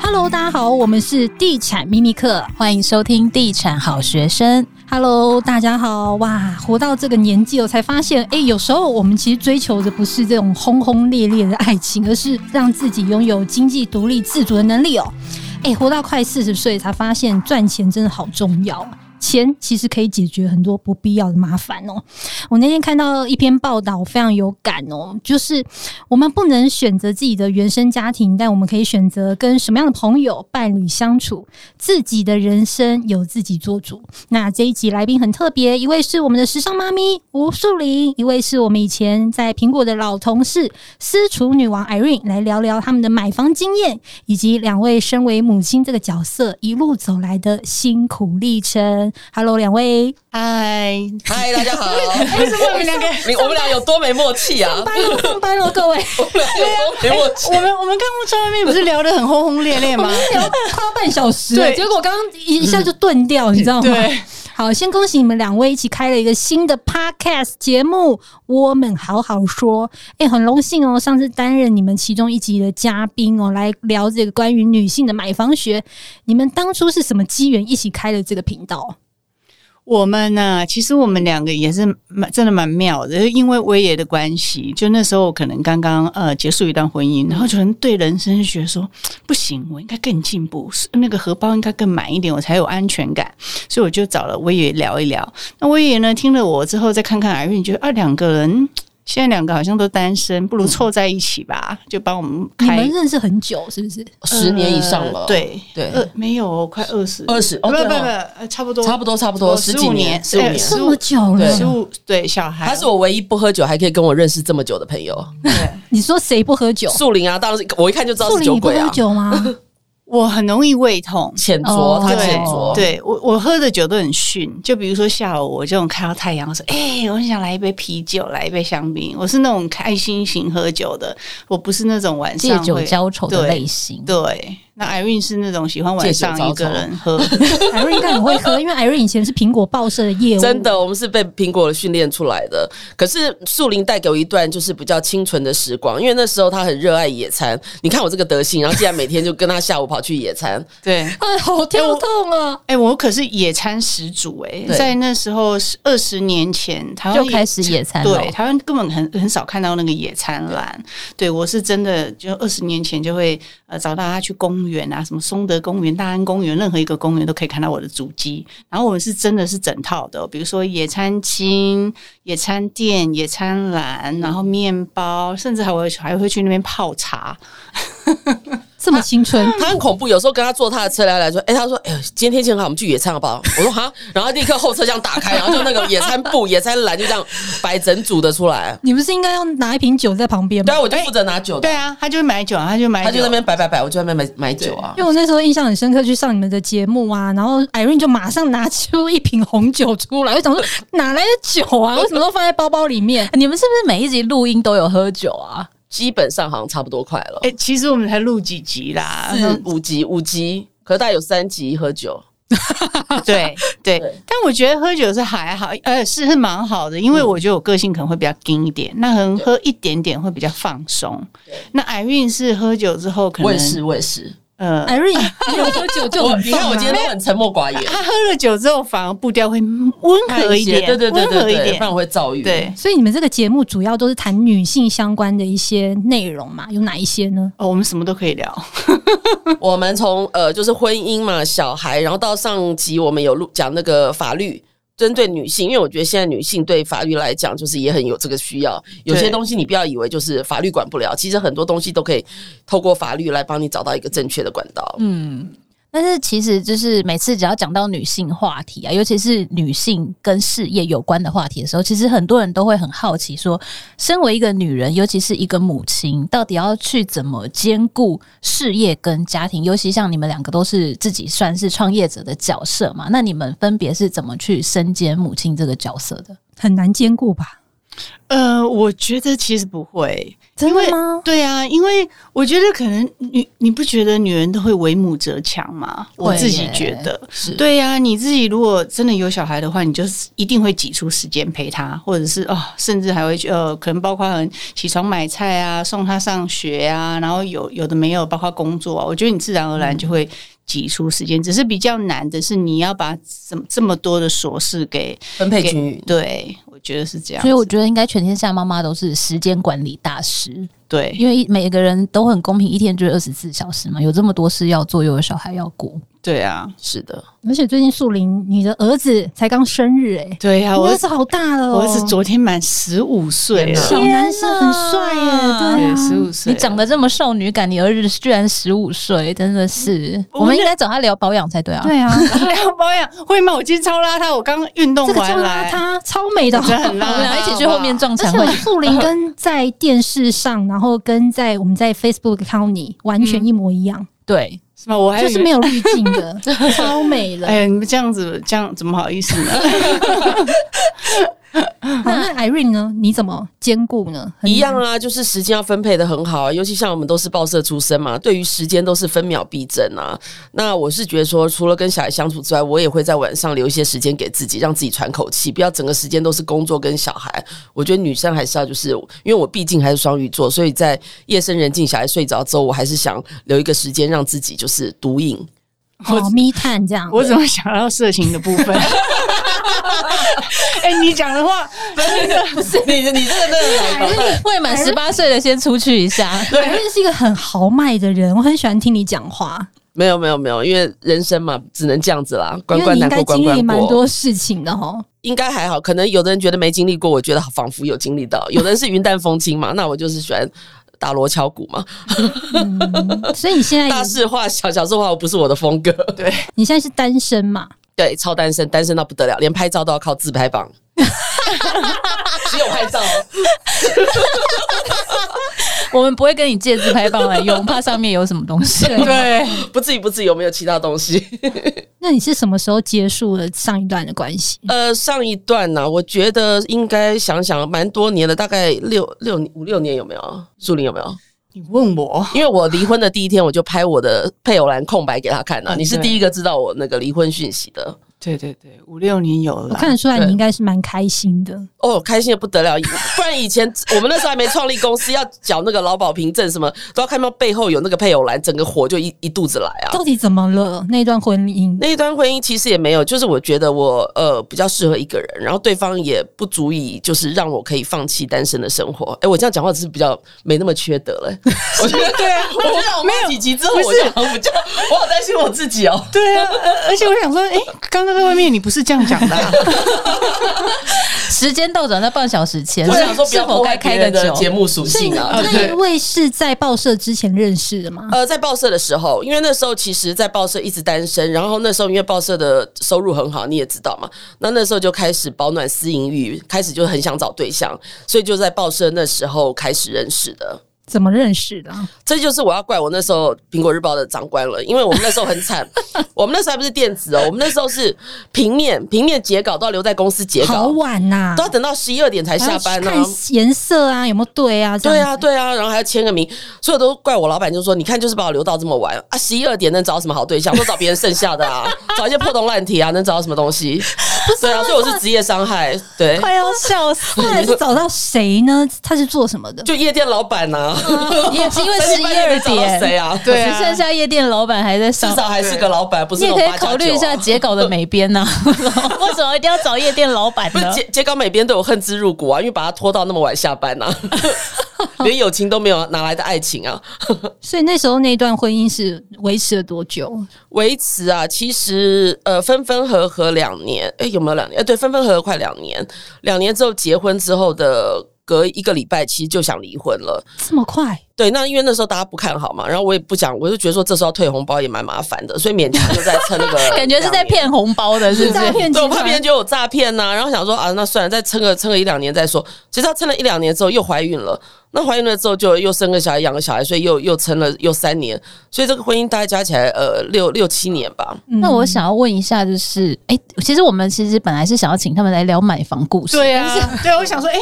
Hello，大家好，我们是地产秘密课，欢迎收听《地产好学生》。 Hello，大家好！哇，活到这个年纪，我才发现，哎、有时候我们其实追求的不是这种轰轰烈烈的爱情，而是让自己拥有经济独立自主的能力哦。哎、活到快四十岁才发现，赚钱真的好重要啊！钱其实可以解决很多不必要的麻烦哦。我那天看到一篇报道，我非常有感哦，就是我们不能选择自己的原生家庭，但我们可以选择跟什么样的朋友、伴侣相处，自己的人生由自己做主。那这一集来宾很特别，一位是我们的时尚妈咪吴树林，一位是我们以前在苹果的老同事私厨女王 Irene，来聊聊他们的买房经验，以及两位身为母亲这个角色一路走来的辛苦历程。Hello，两位，嗨，嗨，大家好！什么我们两个你我们俩有多没默契啊？班啊哎喽， 上班喽，各位，我们俩有多没默契 我？们我们刚刚在外面不是聊得很轰轰烈烈吗？聊快半小时了，对结果我刚刚一下就断掉，你知道吗？ 对，好，先恭喜你们两位一起开了一个新的 podcast 节目《我们好好说》。哎、很荣幸哦，上次担任你们其中一集的嘉宾哦，来聊这个关于女性的买房学。你们当初是什么机缘一起开了这个频道？我们呢，其实我们两个也是蛮真的蛮妙的，因为威爷的关系，就那时候我可能刚刚呃结束一段婚姻，然后可能对人生就觉得说不行，我应该更进步，是那个荷包应该更满一点，我才有安全感，所以我就找了威爷聊一聊。那威爷呢听了我之后，再看看 Irene，觉得啊两个人。现在两个好像都单身，不如凑在一起吧，就帮我们你开们认识很久是不是？十年以上嗯了，呃对对呃，没有哦，快二十， 20不哦对不哦不，呃差不多，差不多差不多十十几五年十五哎年，这么久了，十五对小孩，他是我唯一不喝酒还可以跟我认识这么久的朋友，你说谁不喝酒？树林啊，当然是我一看就知道树是林，酒你不鬼喝啊，酒吗？我很容易胃痛。浅哦酌，他对浅酌，，对我，我喝的酒都很逊。就比如说下午我这种看到太阳，我说：“哎、我很想来一杯啤酒，来一杯香槟。”我是那种开心型喝酒的，我不是那种晚借上会酒浇愁的类型。对，那 Irene 是那种喜欢晚上借酒一浇愁个人喝。艾瑞应该很会喝，因为艾瑞以前是苹果报社的业务，真的，我们是被苹果训练出来的。可是树林带给我一段就是比较清纯的时光，因为那时候他很热爱野餐。你看我这个德性，然后竟然每天就跟他下午跑去野餐，对，哎，好跳痛啊！哎、我可是野餐始祖哎、对在那时候二十年前，台湾就野开始野餐了对，台湾根本很很少看到那个野餐篮。对我是真的，就二十年前就会呃找大家去公园啊，什么松德公园、大安公园，任何一个公园都可以看到我的足迹。然后我们是真的是整套的哦、比如说野餐巾、野餐垫、野餐篮，嗯然后面包，甚至还会还会去那边泡茶。这么青春， 他很恐怖，有时候跟他坐他的车来来说，哎、他说，哎、呦，今天天气很好，我们去野餐好不好？我说哈，然后立刻后车厢打开，然后就那个野餐布、野餐篮就这样摆整组的出来。你不是应该要拿一瓶酒在旁边吗对？啊，我就负责拿酒的，对啊，他就会买酒，他就买他酒，就在那边摆摆摆，我就在那边买买酒啊因。为我那时候印象很深刻，去上你们的节目啊，然后 Irene 就马上拿出一瓶红酒出来，我想说哪来的酒 啊？为什么都放在包包里面？你们是不是每一集录音都有喝酒啊？基本上好像差不多快了，哎、其实我们才录几集啦，四五级五级，可是大概有三级喝酒。 对对对，但我觉得喝酒是还好，呃，是是蛮好的，嗯因为我觉得我个性可能会比较硬一点，那可能喝一点点会比较放松。那艾韵是喝酒之后可我也能哦是，我也是。呃， Irene 有喝酒就 我很你看放我今天啊，都很沉默寡 言，她喝了酒之后反而步调会温和一点，对对对温对和一对，不然点，我会躁郁。对。。所以你们这个节目主要都是谈女性相关的一些内容嘛？有哪一些呢？哦，我们什么都可以聊，我们从呃，就是婚姻嘛，小孩，然后到上集我们有录讲那个法律。针对女性，因为我觉得现在女性对法律来讲，就是也很有这个需要。有些对东西你不要以为就是法律管不了，其实很多东西都可以透过法律来帮你找到一个正确的管道。但是其实就是每次只要讲到女性话题啊，尤其是女性跟事业有关的话题的时候，其实很多人都会很好奇说，身为一个女人，尤其是一个母亲，到底要去怎么兼顾事业跟家庭？尤其像你们两个都是自己算是创业者的角色嘛，那你们分别是怎么去身兼母亲这个角色的？很难兼顾吧？呃，我觉得其实不会，真因为的吗？对啊，因为我觉得可能你你不觉得女人都会为母则强吗？我会自己耶觉得，是对呀、你自己如果真的有小孩的话，你就是一定会挤出时间陪他，或者是哦，甚至还会去呃，可能包括很起床买菜啊，送他上学啊，然后有有的没有，包括工作啊，我觉得你自然而然嗯就会挤出时间。只是比较难的是，你要把这么这么多的琐事给分配均匀。对，我觉得是这样子。所以我觉得应该全天下妈妈都是时间管理大师，对因为一每个人都很公平，一天就是二十四小时嘛，有这么多事要做，又有小孩要顾，对啊，是的，而且最近素林，你的儿子才刚生日哎、对啊呀、你我儿子好大了、哦，我儿子昨天满十五岁天了哪。小男生很帅耶、对对，啊，十五岁你了，长得这么少女感，你儿子居然十五岁，真的是，我我们们应该找他聊保养才对啊。嗯对啊，要保养会吗？我今天超邋遢，我刚运动这个完超邋来，遢，超美的、我哦 真。的很邋我遢。们俩一起去后面撞而墙且我会。素林跟在电视上，然后跟在我们在 Facebook 看到你完全一模一样，对，是吗？我还就是没有。有滤镜的，超美了。哎呀，你们这样子，这样怎么好意思 呢？好，那 Irene 呢？你怎么兼顾呢？很一样啊，就是时间要分配的很好啊，尤其像我们都是报社出身嘛，对于时间都是分秒必争啊。那我是觉得说，除了跟小孩相处之外，我也会在晚上留一些时间给自己，让自己喘口气，不要整个时间都是工作跟小孩。我觉得女生还是要就是，因为我毕竟还是双鱼座，所以在夜深人静、小孩睡着之后，我还是想留一个时间让自己就是 独饮。好哦密探这样。我怎么想到色情的部 分？哎，你讲的话，你你这个真的哎来搞蛋未满十八岁的先出去一下。 Irene 是一个很豪迈的人，我很喜欢听你讲话，没有没有没有，因为人生嘛，只能这样子啦，关因为关你应难该过关经历关蛮过。多事情的哦哈。应该还好，可能有的人觉得没经历过，我觉得仿佛有经历到。有的人是云淡风轻嘛，那我就是喜欢打锣敲鼓嘛，嗯，所以你现哎在大事化小，小事化无，不是我的风格。对你现在是单身嘛？对，超单身，单身到不得了，连拍照都要靠自 拍棒。只有拍照哦，我们不会跟你借自拍棒来用，怕上面有什么东西。对， 不至于不至于，有没有其他东西？ 那你是什么时候结束了上一段的关系？呃，上一段呢、我觉得应该想想蛮多年了，大概六六五六年有没有？树林有没有？你问我，因为我离婚的第一天，我就拍我的配偶栏空白给他看了、嗯你是对第一个知道我那个离婚讯息的。对对对，五六年有我了，看得出来你对应该是蛮开心的。哦，开心的不得了！不然以前我们那时候还没创立公司，要缴那个劳保凭证什么，都要看到背后有那个配偶栏，整个火就一一肚子来啊。到底怎么了？那段婚姻那一段婚姻其实也没有，就是我觉得我呃比较适合一个人，然后对方也不足以就是让我可以放弃单身的生活。哎，我这样讲话只是比较没那么缺德了、我觉得对啊，我觉得我没有几集之后，我就好像比较，我好担心我自己哦。对啊，呃而且我 想说，哎，刚刚在外面你不是这样讲的啊？时间倒转在半小时前，我想说，不是要否破该坏别开人个的酒？节目属性啊。啊那对一位是在报社之前认识的吗？呃，在报社的时候，因为那时候其实，在报社一直单身，然后那时候因为报社的收入很好，你也知道嘛，那那时候就开始保暖私淫欲，开始就很想找对象，所以就在报社那时候开始认识的。怎么认识的啊？这就是我要怪我那时候苹果日报的长官了，因为我们那时候很惨，我们那时候还不是电子哦，我们那时候是平面，平面截稿都要留在公司截好稿，晚呐、都要等到十一二点才下班呢、还要去看颜色啊，有没有对啊？这对样啊，子，对啊，然后还要签个名，所有都怪我老板，就说你看就是把我留到这么晚啊，十一二点能找什么好对象？都找别人剩下的 啊，找一些破铜烂铁啊，能找到什么东西？对啊，所以我是职业伤害，对，快要笑 死。后来是找到谁呢？他是做什么的？就夜店老板啊呐、也 是因为三十更一半夜二能找到谁点，啊？对啊只剩下夜店老板还在至上。少还是个老板，不是你也那可种以八考加虑九一下啊。截稿的美编呐、 为什么一定要找夜店老板不 是呢？杰杰高美编对我恨之入骨啊，因为把他拖到那么晚下班 呐、连友情都没有，哪来的爱情啊？所以那时候那段婚姻是维持了多久？维持啊，其实呃分分合合两年，诶，有没有两年？呃诶，对，分分合合快两年，两年之后结婚之后的隔一个礼拜，其实就想离婚了。这么快？对，那因为那时候大家不看好嘛，然后我也不讲，我就觉得说这时候要退红包也蛮麻烦的，所以勉强就在撑那个两年，感觉是在骗红包的，是不诈是？骗集对，我怕别团人觉得我诈骗呐、然后想说啊，那算了，再撑个撑个一两年再说。其实她撑了一两年之后又怀孕了，那怀孕了之后就又生个小孩，养个小孩，所以又又撑了又三年，所以这个婚姻大概加起来呃六六七年吧。嗯那我想要问一下，就是，哎、其实我们其实本来是想要请他们来聊买房故事，对啊，对啊，我想说，哎，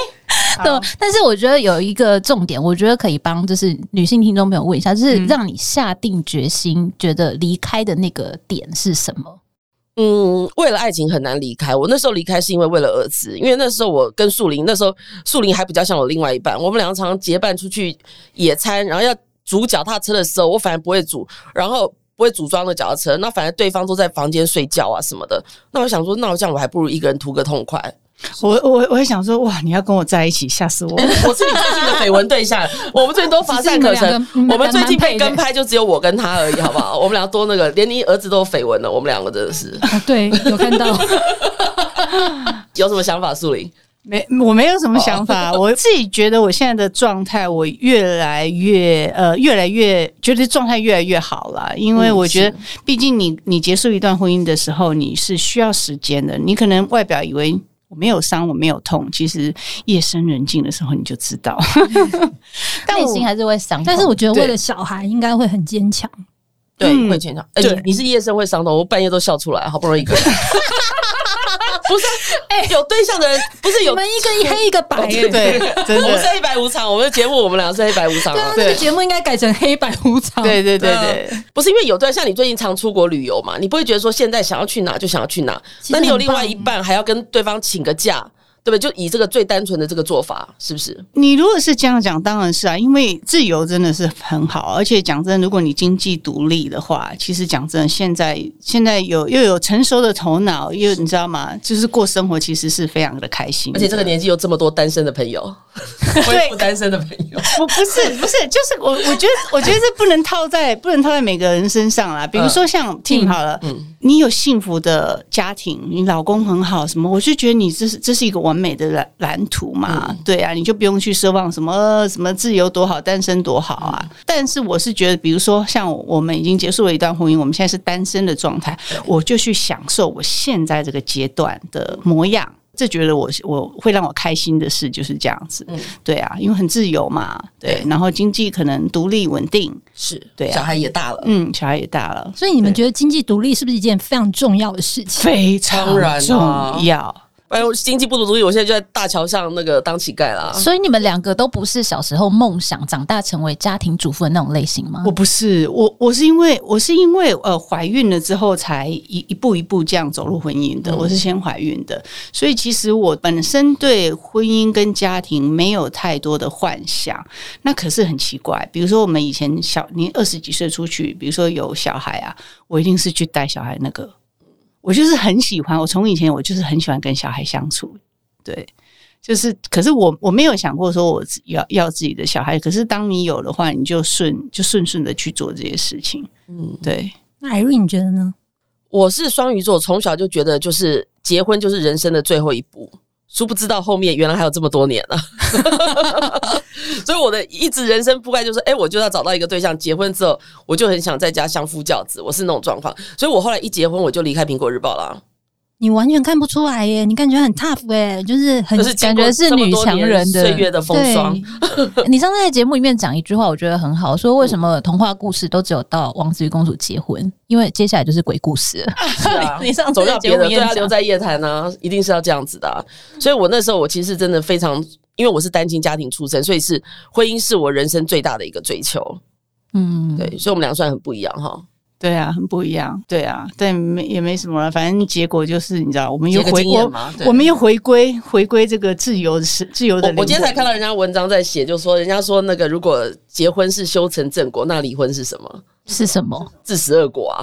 对，但是我觉得有一个重点，我觉得可以帮就是女性听众朋友问一下，就是让你下定决心觉得离开的那个点是什么？嗯，为了爱情很难离开。我那时候离开是因为为了儿子，因为那时候我跟树林，那时候树林还比较像我另外一半，我们两个常常结伴出去野餐，然后要煮脚踏车的时候，我反而不会煮，然后不会组装的脚踏车，那反正对方都在房间睡觉啊什么的。那我想说，那我这样我还不如一个人图个痛快。我我我也想说，哇，你要跟我在一起，吓死我！我是你最近的绯闻对象，我们最近都乏善可其实陈你。们两个我们最近被你们两个蛮配的跟拍就只有我跟他而已，好不好？我们俩多那个，连你儿子都有绯闻了，我们两个真的是哦，对，有看 到，有什么想法？树林，没，我没有什哦么想法。 我自己觉得我现在的状态，我越来越呃，越来越觉得状态越来越好了。因为嗯我觉是得，毕竟你你结束一段婚姻的时候，你是需要时间的。你可能外表以为。我没有伤，我没有痛。其实夜深人静的时候，你就知道。但内我心还是会想，但是我觉得对为了小孩应该会很坚强。对，嗯会牵强。哎、对你你是夜生会伤痛，我半夜都笑出来，好不 容易一个人。不是，哎、有对象的人不是我有们一个黑一个 白、欸， 对，真我们是的，黑白无常，我们的节目我们俩是黑白无常、对啊啊，，这个对节目应该改成黑白无常。对对对对对。不是因为有对象，你最近常出国旅游嘛，你不会觉得说现在想要去哪就想要去哪，其实那你有很另外棒一半还要跟对方请个假，对不对？就以这个最单纯的这个做法，是不嗯是？你如果是这样讲，当然是啊，因为自由真的是很好，而且讲真，如果你经济独立的话，其实讲真，现在现在有又有成熟的头脑，又你知道吗？就是过生活其实是非常的开心的，而且这个年纪有这么多单身的 朋友，恢复单身的朋友，我不 是不是，就是我我觉得我觉得这不能套在不能套在每个人身上啦。比如说像 Tim 好了，嗯你有幸福的家庭，你老公很好，什么，我就觉得你这是这是一个完美的蓝蓝图嘛。对啊，你就不用去奢望什么呃什么自由多好，单身多好啊。但是我是觉得，比如说像我们已经结束了一段婚姻，我们现在是单身的状态，我就去享受我现在这个阶段的模样。这觉得我是我会让我开心的事就是这样子，对啊，因为很自由嘛，对，然后经济可能独立稳定，是对啊小孩也大了，嗯，小孩也大了，所以你们觉得经济独立是不是一件非常重要的事情？非当然常啊重要，哎，我经济不足以，我现在就在大桥上那个当乞丐啦。所以你们两个都不是小时候梦想长大成为家庭主妇的那种类型吗我？不是我，我是因为我是因为呃怀孕了之后才一一步一步这样走入婚姻的，我是先怀孕的，所以其实我本身对婚姻跟家庭没有太多的幻想。那可是很奇怪，比如说我们以前小，你二十几岁出去，比如说有小孩啊，我一定是去带小孩那个，我就是很喜欢，我从以前我就是很喜欢跟小孩相处，对。就是，可是我我没有想过说我自要要自己的小孩。可是当你有的话，你就顺就顺顺的去做这些事情。嗯，对，那 Irene 你觉得呢？我是双鱼座，从小就觉得就是结婚就是人生的最后一步，殊不知道后面原来还有这么多年 啊。所以我的一直人生覆盖就是，哎、我就要找到一个对象，结婚之后我就很想在家相夫教子，我是那种状况。所以我后来一结婚我就离开苹果日报啦，你完全看不出来耶，你感觉很 tough 哎，就是很就是经过嗯感觉是这么多女强年人的岁月的风霜。你上次在节目里面讲一句话，我觉得很好，说为什么童话故事都只有到王子与公主结婚，因为接下来就是鬼故事了。是啊你上次总要在节别目的，里对面啊，讲留在夜谈啊，一定是要这样子的啊、所以我那时候我其实真的非常，因为我是单亲家庭出身，所以是婚姻是我人生最大的一个追求。嗯，对，所以我们俩算很不一样哈。对啊，很不一样。对啊，但没也没什么了，反正结果就是你知道，我们又结个回经验我嘛对我们又回归回归这个自由的时自由的我灵魂。我今天才看到人家文章在写，就说人家说那个如果结婚是修成正果，那离婚是什么？是什么？自食恶果啊！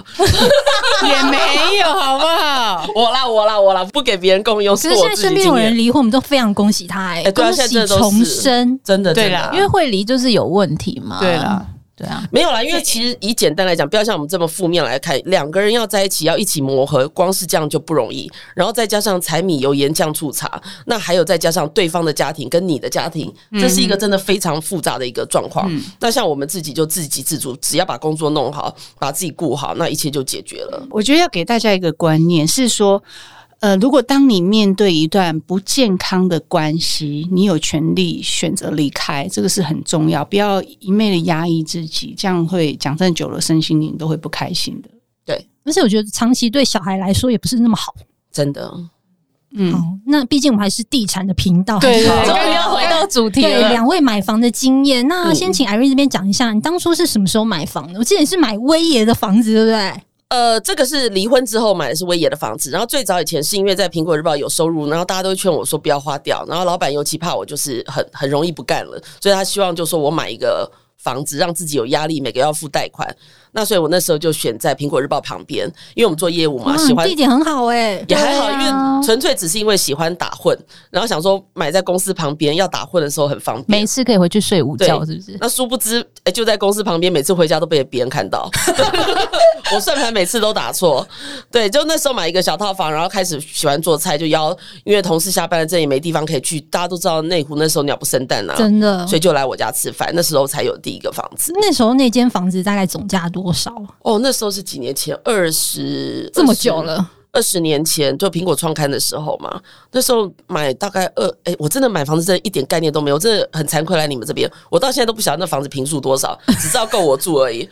也没有，好不 好？我啦我啦我啦，不给别人共用，可是是现我在自身己边有经人验。离婚，我们都非常恭喜他哎，哎对啊恭现在真喜的都是重生。真的对真的啦啊，因为会离就是有问题嘛。对啦，对啊，没有啦，因为其实以简单来讲，不要像我们这么负面来看，两个人要在一起，要一起磨合，光是这样就不容易。然后再加上柴米油盐酱醋茶，那还有再加上对方的家庭跟你的家庭，这是一个真的非常复杂的一个状况。那像我们自己就自给自足，只要把工作弄好，把自己顾好，那一切就解决了。我觉得要给大家一个观念是说，呃，如果当你面对一段不健康的关系，你有权利选择离开，这个是很重要，不要一昧的压抑自己，这样会讲真的久了，身心灵都会不开心的。而且我觉得长期对小孩来说也不是那么好。真的，好嗯，，那毕竟我们还是地产的频道，对对还是对终于要回到主题对了。两位买房的经验。那嗯先请 Irene 这边讲一下，你当初是什么时候买房的？我记得你是买威爷的房子，对不对？呃，这个是离婚之后买的是威爷的房子，然后最早以前是因为在苹果日报有收入，然后大家都劝我说不要花掉，然后老板尤其怕我就是很很容易不干了，所以他希望就说我买一个房子让自己有压力，每个月要付贷款。那所以我那时候就选在苹果日报旁边，因为我们做业务嘛，喜你欢地点很好哎、也还好，啊对啊因为纯呃粹只是因为喜欢打混，然后想说买在公司旁边要打混的时候很方便。每次可以回去睡午觉，是不是？那殊不知，哎、就在公司旁边，每次回家都被别人看到。 我算盘每次都打错，对，就那时候买一个小套房，然后开始喜欢做菜，就邀，因为同事下班了，这也没地方可以去。大家都知道内湖那时候鸟不生蛋啊，真的所。以就来我家吃饭。那时候才有第一个房子。那时候那间房子大概总价多少？哦，那时候是几年前，二十这么久，了，二十年前就苹果创刊的时候嘛。那时候买大概二，哎、我真的买房子真的一点概念都没有，真的很惭愧来你们这边，我到现在都不晓得那房子平数多少，只知道够我住而已。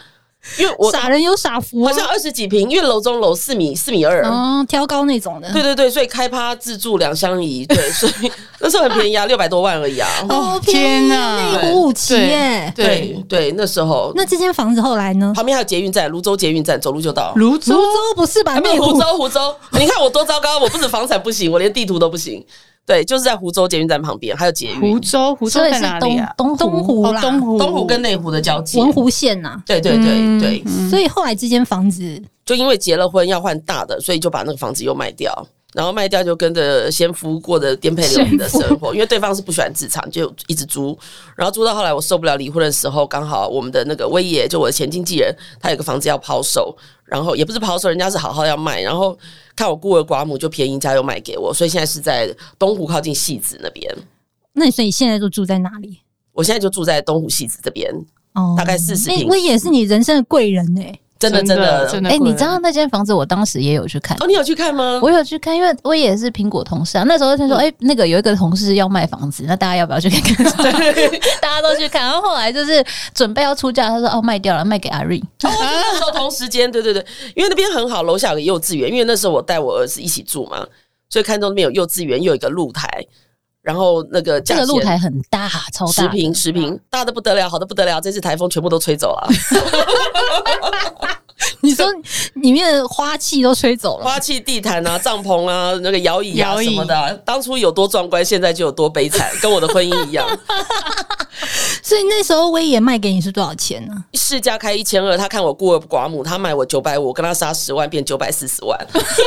因为 我傻人有傻福好啊！像二十几平，因为楼中楼四米四米二。哦，挑高那种的。对对对，所以开趴自住两相宜，对，所以那时候很便宜啊，六百多万而已啊。哦，天哪，哪内湖五期耶！对，对，那时候那这间房子后来呢？旁边还有捷运站，泸州捷运站，走路就到。哎泸泸州州不是吧？还没内有湖湖州，湖州，你看我多糟糕！我不止房产不行，我连地图都不行。对，就是在湖州捷运站旁边，还有捷湖运，州，湖州所以在是哪里东啊？东东湖湖啦，哦，东湖，东湖跟嗯内湖嗯的交界。文湖县呐。对对对对，所以后来这间房子就因为结了婚要换大的，所以就把那个房子又卖掉，然后卖掉就跟着先夫过着颠沛流离的生活，因为对方是不喜欢自产，就一直租，然后租到后来我受不了离婚的时候，刚好我们的那个威爷，就我的前经纪人，他有个房子要抛售，然后也不是抛售，人家是好好要卖，然后看我孤儿寡母就便宜价又卖给我，所以现在是在东湖靠近戏子那边，那所以现在都住在哪里？我现在就住在东湖戏子这边，哦大概40那平威也是你人生的贵人欸 呢。真的真的真的，哎，贵你知道那间房子我当时也有去看哦，，你有去看吗？我有去看，因为我也是苹果同事啊。那时候就听说，哎、那个有一个同事要卖房子，那大家要不要去看看？ 大家都去看。然后后来就是准备要出价，他说哦卖掉了，卖给阿瑞。哦那时候同时间，对对对，因为那边很好，楼下有个幼稚园，因为那时候我带我儿子一起住嘛，所以看中那边有幼稚园，又有一个露台，然后那个这价个钱露台很大，超十大。平十平，大的不得了，好的不得了，这次台风全部都吹走啊了，你说里面的花气都吹走了，花器、地毯啊、帐篷啊、那个摇椅啊摇椅什么的啊，当初有多壮观，现在就有多悲惨，跟我的婚姻一样。 所以那时候威也卖给你是多少钱呢？市价开一千二，他看我孤儿寡母，他买我九百五，我跟他杀十万变九百四十万，现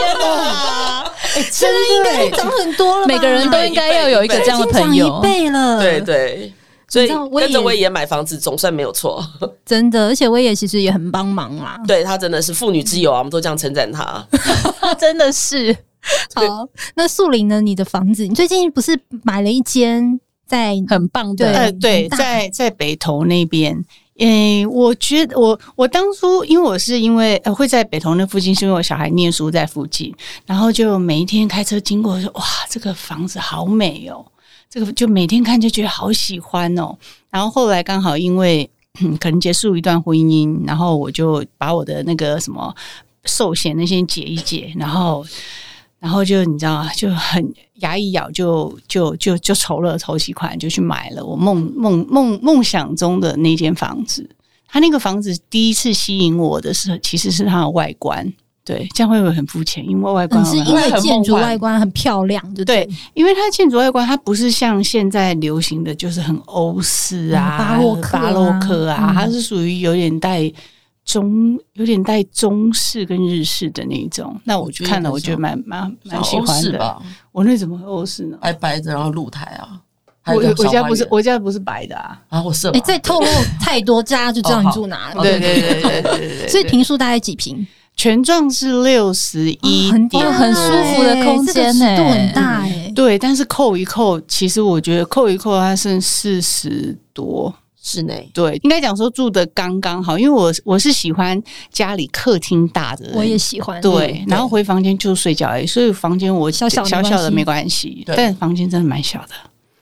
在应该涨很多了吧，每个人都应该要有一个这样的朋已经友涨一。倍了，对对。所以嗯你知道我也跟着我也买房子，总算没有错。真的，而且威也其实也很帮忙啦。 对她真的是妇女之友啊，我们都这样称赞她。 真的是，好，那素玲呢？你的房子，你最近不是买了一间在很棒的。对呃，对，很大在在北投那边。诶、我觉得我我当初因为我是因为、呃、会在北投那附近，是因为我小孩念书在附近，然后就每一天开车经过，说哇，这个房子好美哦，这个就每天看就觉得好喜欢哦。然后后来刚好因为、嗯可能结束一段婚姻，然后我就把我的那个什么寿险那些解一解，然后然后就你知道啊，就很牙一咬就就就就筹了筹起款，就去买了我梦梦梦梦想中的那间房子。他那个房子第一次吸引我的是，其实是它的外观。对，这样会不会很肤浅？因为外观嗯，我是们因为建筑梦幻外观很漂亮，对不对，因为它建筑外观，它不是像现在流行的，就是很欧式啊、嗯巴洛克啊巴洛克啊，嗯它是属于有点带中、有点带中式跟日式的那一种。那我我觉去得看了，很我觉得像蛮蛮蛮喜欢是的。吧？我那怎么会欧式呢？白白的，然后露台啊，还我有一个我小家花不是园我家不是白的啊。啊，我是哎、再透露太多，大家就知道你住哪了。哦对 对对对对 对所以平数大概几平？哦全幢是六十一啊很点大很舒服的欸空这个间尺欸度很大哎、对，但是扣一扣，其实我觉得扣一扣，它剩四十多。室内，对，应该讲说住的刚刚好，因为我我是喜欢家里客厅大的人，我也喜欢。嗯对，然后回房间就睡觉而已，所以房间我小小的小没小关的系没关系，对但房间真的蛮小的。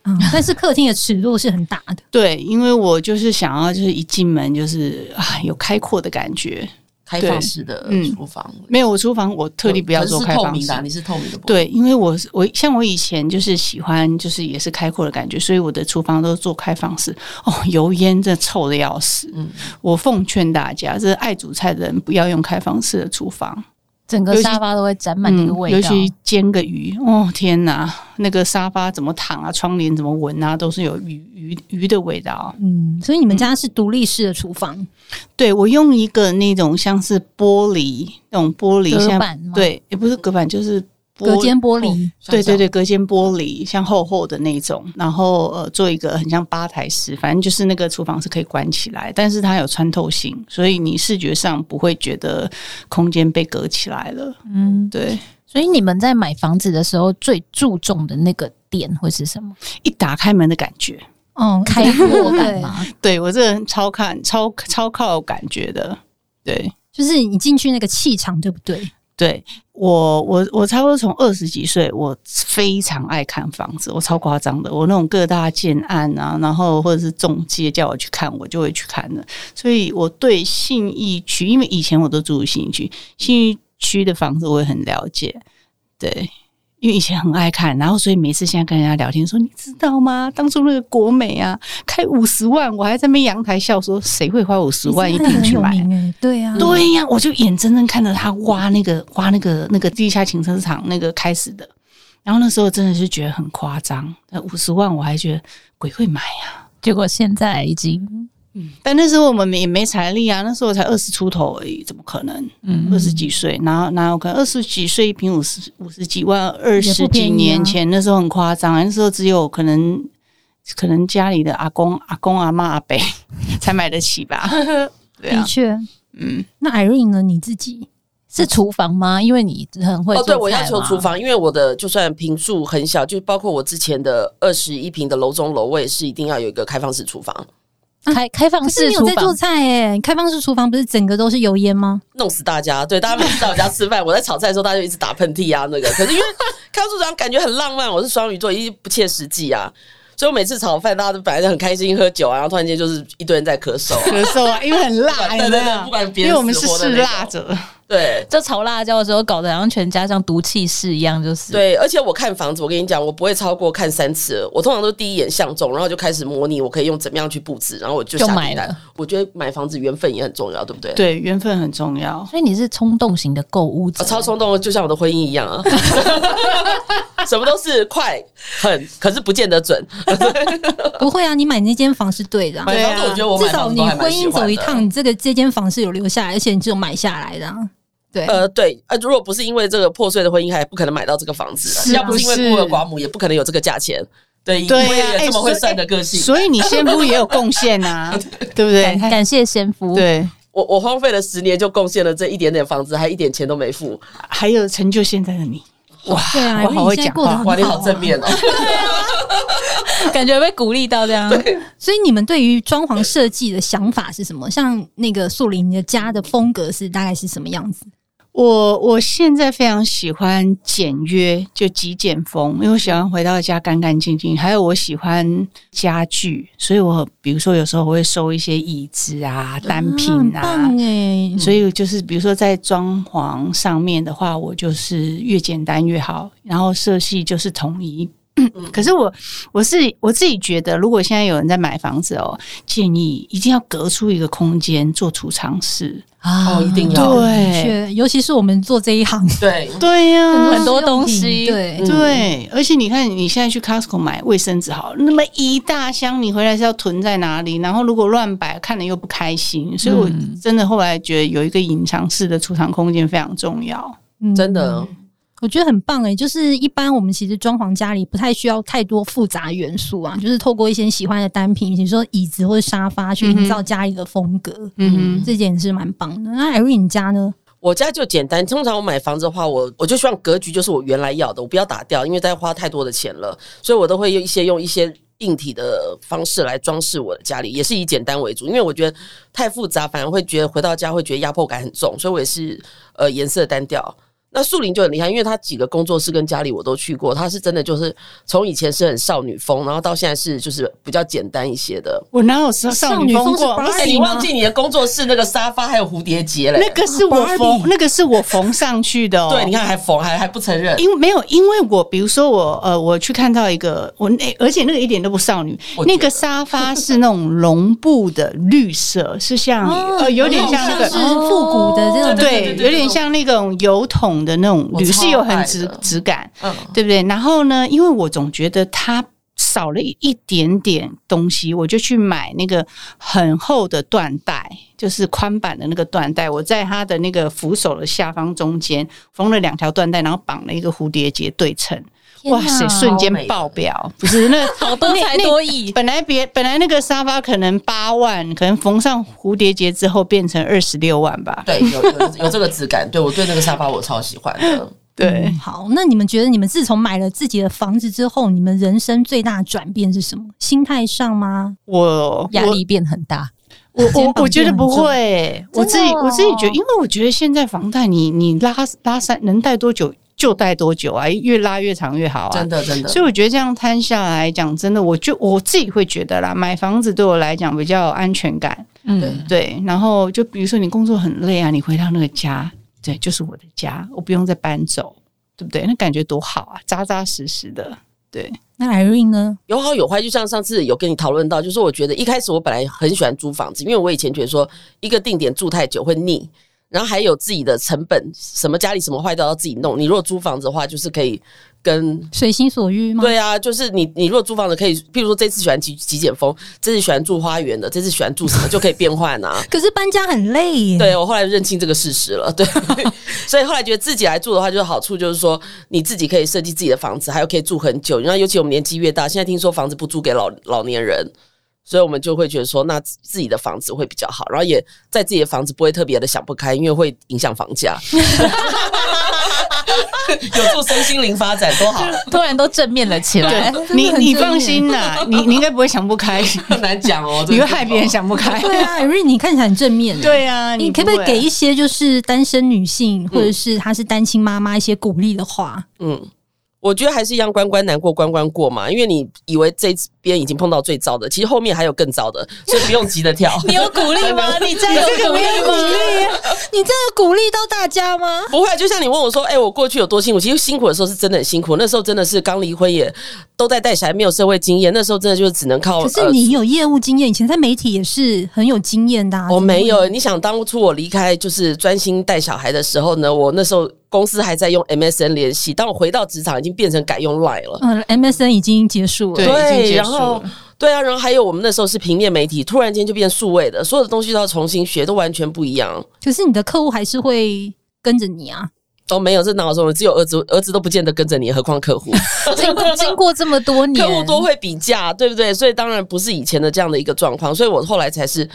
嗯，但是客厅的尺度是很大的。对，因为我就是想要，就是一进门就是啊有开阔的感觉，开放式的嗯厨房，没有，我厨房我特地不要可是做是开透放明式的啊，。你是透明的，，对，因为我是我像我以前就是喜欢，就是也是开阔的感觉，所以我的厨房都做开放式。哦，油烟这臭的要死。嗯我奉劝大家，这爱煮菜的人不要用开放式的厨房，嗯整个沙发都会沾满那个味尤道。其煎个鱼，哦天哪，那个沙发怎么躺啊，窗帘怎么闻啊，都是有鱼鱼鱼的味道。嗯，所以你们家是独立式的厨房，对我用一个那种像是玻璃那种玻璃，隔像板吗对，也不是隔板，就是玻隔间玻璃。对对像这样，对，隔间玻璃像厚厚的那种，然后呃做一个很像吧台式，反正就是那个厨房是可以关起来，但是它有穿透性，所以你视觉上不会觉得空间被隔起来了。嗯，对，所以你们在买房子的时候最注重的那个点会是 什么？一打开门的感觉，哦，开 阔感对？吗？对我这个人超看超超靠感觉的，对。就是你进去那个气场，对不 对？对我，我我差不多从二十几岁，我非常爱看房子，我超夸张的。我那种各大建案啊，然后或者是中介叫我去看，我就会去看的。所以我对信义区，因为以前我都住信义区，信义区的房子我也很了解。对，因为以前很爱看，然后所以每次现在跟人家聊天说，你知道吗？当初那个国美啊，开五十万，我还在那边阳台笑说，谁会花五十万一你真的平很去有买？名哎、对呀、啊，对呀、我就眼睁睁看着他挖那个挖那个那个地下停车场那个开始的，然后那时候真的是觉得很夸张，那五十万我还觉得鬼会买呀、结果现在已经但那时候我们也没财力啊，那时候我才二十出头而已，怎么可能？嗯二十几岁，然后哪有可能二十几岁一瓶五十五十几万？二也十不便宜几啊年前、那时候很夸张，那时候只有可能可能家里的阿公阿公阿妈阿伯 才买得起 吧？对的啊，确。嗯。那 Irene 呢？你自己是厨房吗？因为你很会哦，对做我要菜求嘛厨，房，因为我的就算平数很小，就包括我之前的二十一平的楼中楼，我也是一定要有一个开放式厨房，开开放可哦是式你有厨在做房。菜哎、开放式厨房不是整个都是油烟吗？弄死大家。对，大家每次在我家吃饭，我在炒菜的时候，大家就一直打喷嚏啊，那个。可是因为开放式厨房感觉很浪漫，我是双鱼座，一定不切实际啊。所以我每次炒饭，大家都本来就很开心喝酒啊，然后突然间就是一堆人在咳嗽、啊。咳嗽啊，因为很 辣，对对对有没有不管别因人为我们是死活的嗜那种辣者，对就炒辣椒的时候，搞得好像全家像毒气室一样，就是。对，而且我看房子，我跟你讲，我不会超过看三次，我通常都第一眼相中，然后就开始模拟我可以用怎么样去布置，然后我就就下买订单了。我觉得买房子缘分也很重要，对不对？对，缘分很重要。所以你是冲动型的购物者，啊超冲动的，就像我的婚姻一样 啊，什么都是快很，可是不见得准。不会啊，你买那间房是对的啊、买对房啊子，我觉得我至买少房你子还婚蛮喜姻走欢一趟，的。你这个这间房是有留下来，而且你只有买下来的、啊。对，呃，对，呃，如果不是因为这个破碎的婚姻，还不可能买到这个房子啊。是啊要不是因为孤儿寡母，也不可能有这个价钱。对，因对为呀、也哎这么会算的个所以性，所以你先夫也有贡献 呐，对不感对？感谢先夫。对，我我荒废了十年，就贡献了这一点点房子，还一点钱都没付。还有成就现在的你，哇，对啊，我好因为会你现在讲过得话很。哇，你好好啊正面哦！感觉被鼓励到这样。所以你们对于装潢设计的想法是什么？像那个素林你的家的风格是大概是什么样子？我我现在非常喜欢简约，就极简风，因为我喜欢回到家干干净净。还有我喜欢家具，所以我比如说有时候我会收一些椅子啊、单品啊啊很棒，哎、所以就是比如说在装潢上面的话，我就是越简单越好，然后色系就是统一。可是我我是我自己觉得，如果现在有人在买房子哦，建议一定要隔出一个空间做储藏室。啊哦，一定要的对确，尤其是我们做这一 行，对，对呀、很多东西啊对，嗯对，而且你看，你现在去 Costco 买卫生纸好了，那么一大箱，你回来是要囤在哪里？然后如果乱摆，看了又不开心，所以我真的后来觉得有一个隐藏式的储藏空间非常重要。嗯真的，我觉得很棒诶、欸就是一般我们其实装潢家里不太需要太多复杂元素啊，就是透过一些喜欢的单品，比如说椅子或者沙发，去营造家里的风格。嗯这点是蛮棒的。那 Irene 你家呢？我家就简单，通常我买房子的话，我我就希望格局就是我原来要的，我不要打掉，因为再花太多的钱了，所以我都会用一些用一些硬体的方式来装饰我的家里，也是以简单为主，因为我觉得太复杂反而会觉得回到家会觉得压迫感很重，所以我也是呃颜色单调。那树林就很厉害，因为他几个工作室跟家里我都去过，他是真的就是从以前是很少女风，然后到现在是就是比较简单一些的。我哪有少少少女女风哦风是过？八不哎是你你忘忘记记你的工作室那个沙发还有蝴蝶结嘞？那个是我 Barbie 缝，那个是我缝上去的哦。对，你看还缝，还还不承认。因为没有，因为我比如说我呃，我去看到一个我那、而且那个一点都不少女我，觉得那个沙发是那种绒布的绿色，是像、哦呃有点像那个。是复古的这种，对对对，对有点像那种油桶的那种我铝，超是有很爱质的质感，嗯，对不对？然后呢，因为我总觉得它少了一一点点东西，我就去买那个很厚的缎带，就是宽版的那个缎带。我在它的那个扶手的下方中间缝了两条缎带，然后绑了一个蝴蝶结对称。哇塞，瞬间爆表！不是那 好多才多艺，本来别本来那个沙发可能八万，可能缝上蝴蝶结之后变成二十六万吧。对，有有有这个质感，对我对那个沙发我超喜欢的。对，嗯嗯好，那你们觉得你们自从买了自己的房子之后，你们人生最大的转变是什么？心态上吗？我压力变很大。我肩我膀我觉得变不很重会欸、我自己真的哦我自己觉得，因为我觉得现在房贷你你拉拉三能贷多久就贷多久啊，越拉越长越好啊，真的真的所。以我觉得这样摊下来讲，真的，我就我自己会觉得啦，买房子对我来讲比较有安全感。嗯，对，然后就比如说你工作很累啊，你回到那个家，对，就是我的家，我不用再搬走，对不对？那感觉多好啊，扎扎实实的。对，那 Irene 呢？有好有坏，就像上次有跟你讨论到，就是我觉得一开始我本来很喜欢租房子，因为我以前觉得说一个定点住太久会腻，然后还有自己的成本，什么家里什么坏掉要自己弄。你如果租房子的话，就是可以跟随心所欲吗？对啊，就是你，你如果租房子可以，譬如说这次喜欢极极简风，这次喜欢住花园的，这次喜欢住什么就可以变换啊。可是搬家很累耶。 对我后来认清这个事实了，对，所以后来觉得自己来住的话，就是好处就是说你自己可以设计自己的房子，还有可以住很久。然后尤其我们年纪越大，现在听说房子不租给老老年人，所以我们就会觉得说，那自自己的房子会比较好，然后也在自己的房子不会特别的想不开，因为会影响房价。 有助身心灵发展多 好， 突然都正面了起来。啊的你很你正放面心啦，你你应该不会想 不开，很难讲哦。你真会的害别人想不开。对啊，Irene 你看起来很正面。。 对啊，你可不可以会给一些就是单身女性，或者是她是单亲妈妈一些鼓励的话？嗯，我觉得还是一样，关关难过关关过嘛。因为你以为这边已经碰到最糟的，其实后面还有更糟的，所以不用急着跳。你 有鼓励吗？你这样啊有鼓励吗？你真的鼓励到大家吗？不会，就像你问我说：“哎、我过去有多辛苦？”其实辛苦的时候是真的很辛苦，那时候真的是刚离婚也都在带小孩，没有社会经验，那时候真的就是只能靠。可是你有业务经验，以前在媒体也是很有经验的、啊。呃我没有，你想当初我离开就是专心带小孩的时候呢，我那时候公司还在用 MSN 联系，当我回到职场已经变成改用 Line 了。嗯、m s n 已经结束了对。已经结然束后了对啊，然后还有我们那时候是平面媒体，突然间就变数位的，所有的东西都要重新学，都完全不一样。可是你的客户还是会跟着你 啊。都哦没有，这脑中只有儿子，儿子都不见得跟着你，何况客户？经过经过这么多 年，客户 多会比价，对不对？所以当然不是以前的这样的一个状况，所以我后来才是。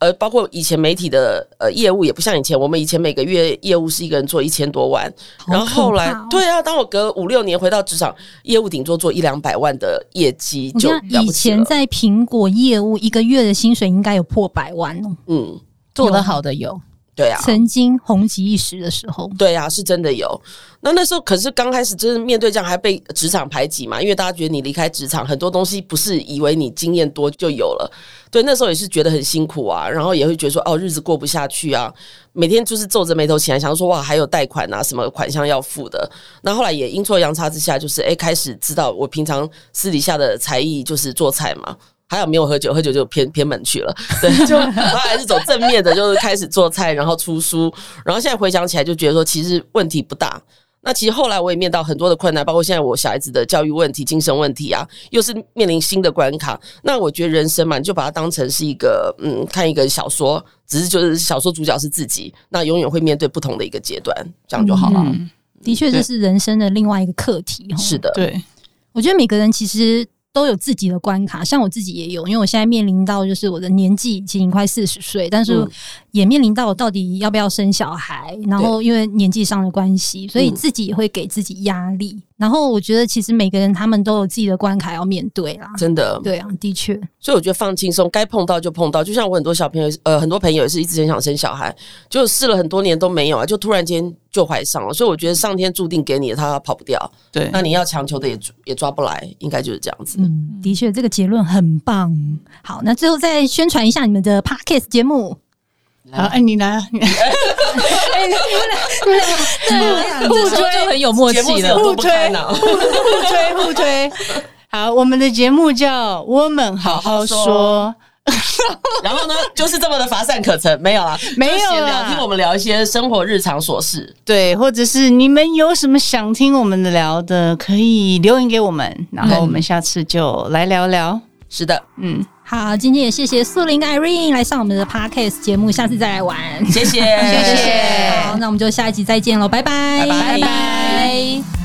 呃，包括以前媒体的呃业务也不像以前，我们以前每个月业务是一个人做一千多万，好然后后来可怕哦对啊，当我隔五六年回到职场，业务顶多做一两百万的业绩你就看了以不起前了。在苹果业务一个月的薪水应该有破百万哦，嗯，做得好的有，对啊，曾经红极一时的时候。对啊，是真的有。那那时候可是刚开始，真的面对这样还被职场排挤嘛，因为大家觉得你离开职场，很多东西不是以为你经验多就有了。对，那时候也是觉得很辛苦啊，然后也会觉得说哦，日子过不下去啊，每天就是皱着眉头起来，想说哇，还有贷款啊，什么款项要付的。那后来也阴错阳差之下，就是哎，开始知道我平常私底下的才艺就是做菜嘛。还有没有喝酒？喝酒就偏偏门去了，对， 就然后还是走正面的，就是开始做菜，然后出书，然后现在回想起来就觉得说，其实问题不大。那其实后来我也面到很多的困难，包括现在我小孩子的教育问题、精神问题啊，又是面临新的关卡。那我觉得人生嘛，你就把它当成是一个嗯，看一个小说，只是就是小说主角是自己，那永远会面对不同的一个阶段，这样就好了。嗯，的确，这是人生的另外一个课题。哦是的，对，我觉得每个人其实都有自己的关卡，像我自己也有，因为我现在面临到就是我的年纪已经快四十岁，但是嗯也面临到我到底要不要生小孩，来，然后因为年纪上的关系，所嗯以自己也会给自己压力。然后我觉得其实每个人他们都有自己的关卡要面对啦。真的，对啊，的确，所以我觉得放轻松，该碰到就碰到。就像我很多小朋友，呃，很多朋友也是一直很想生小孩，就试了很多年都没有啊，就突然间就怀上了。所以我觉得上天注定给你的，他跑不掉。对，那你要强求的也抓也抓不来，应该就是这样子。嗯，的确这个结论很棒。好，那最后再宣传一下你们的 podcast 节目。好，哎，你来啊， 你来对 啊， 这时候就很有默节目契是了有。多互不推堪啊，互推互推。好，我们的节目叫《我们好好好好说》，然后呢，就是这么的乏善可陈，没有啦，没有就是闲聊，啦听我们聊一些生活日常琐事。对，或者是你们有什么想听我们聊的，可以留言给我们，然后我们下次就来聊聊。是的，嗯，好，今天也谢谢素玲跟 Irene 来上我们的 podcast 节目，下次再来玩。谢谢，谢好，那我们就下一集再见喽，拜拜，拜拜拜拜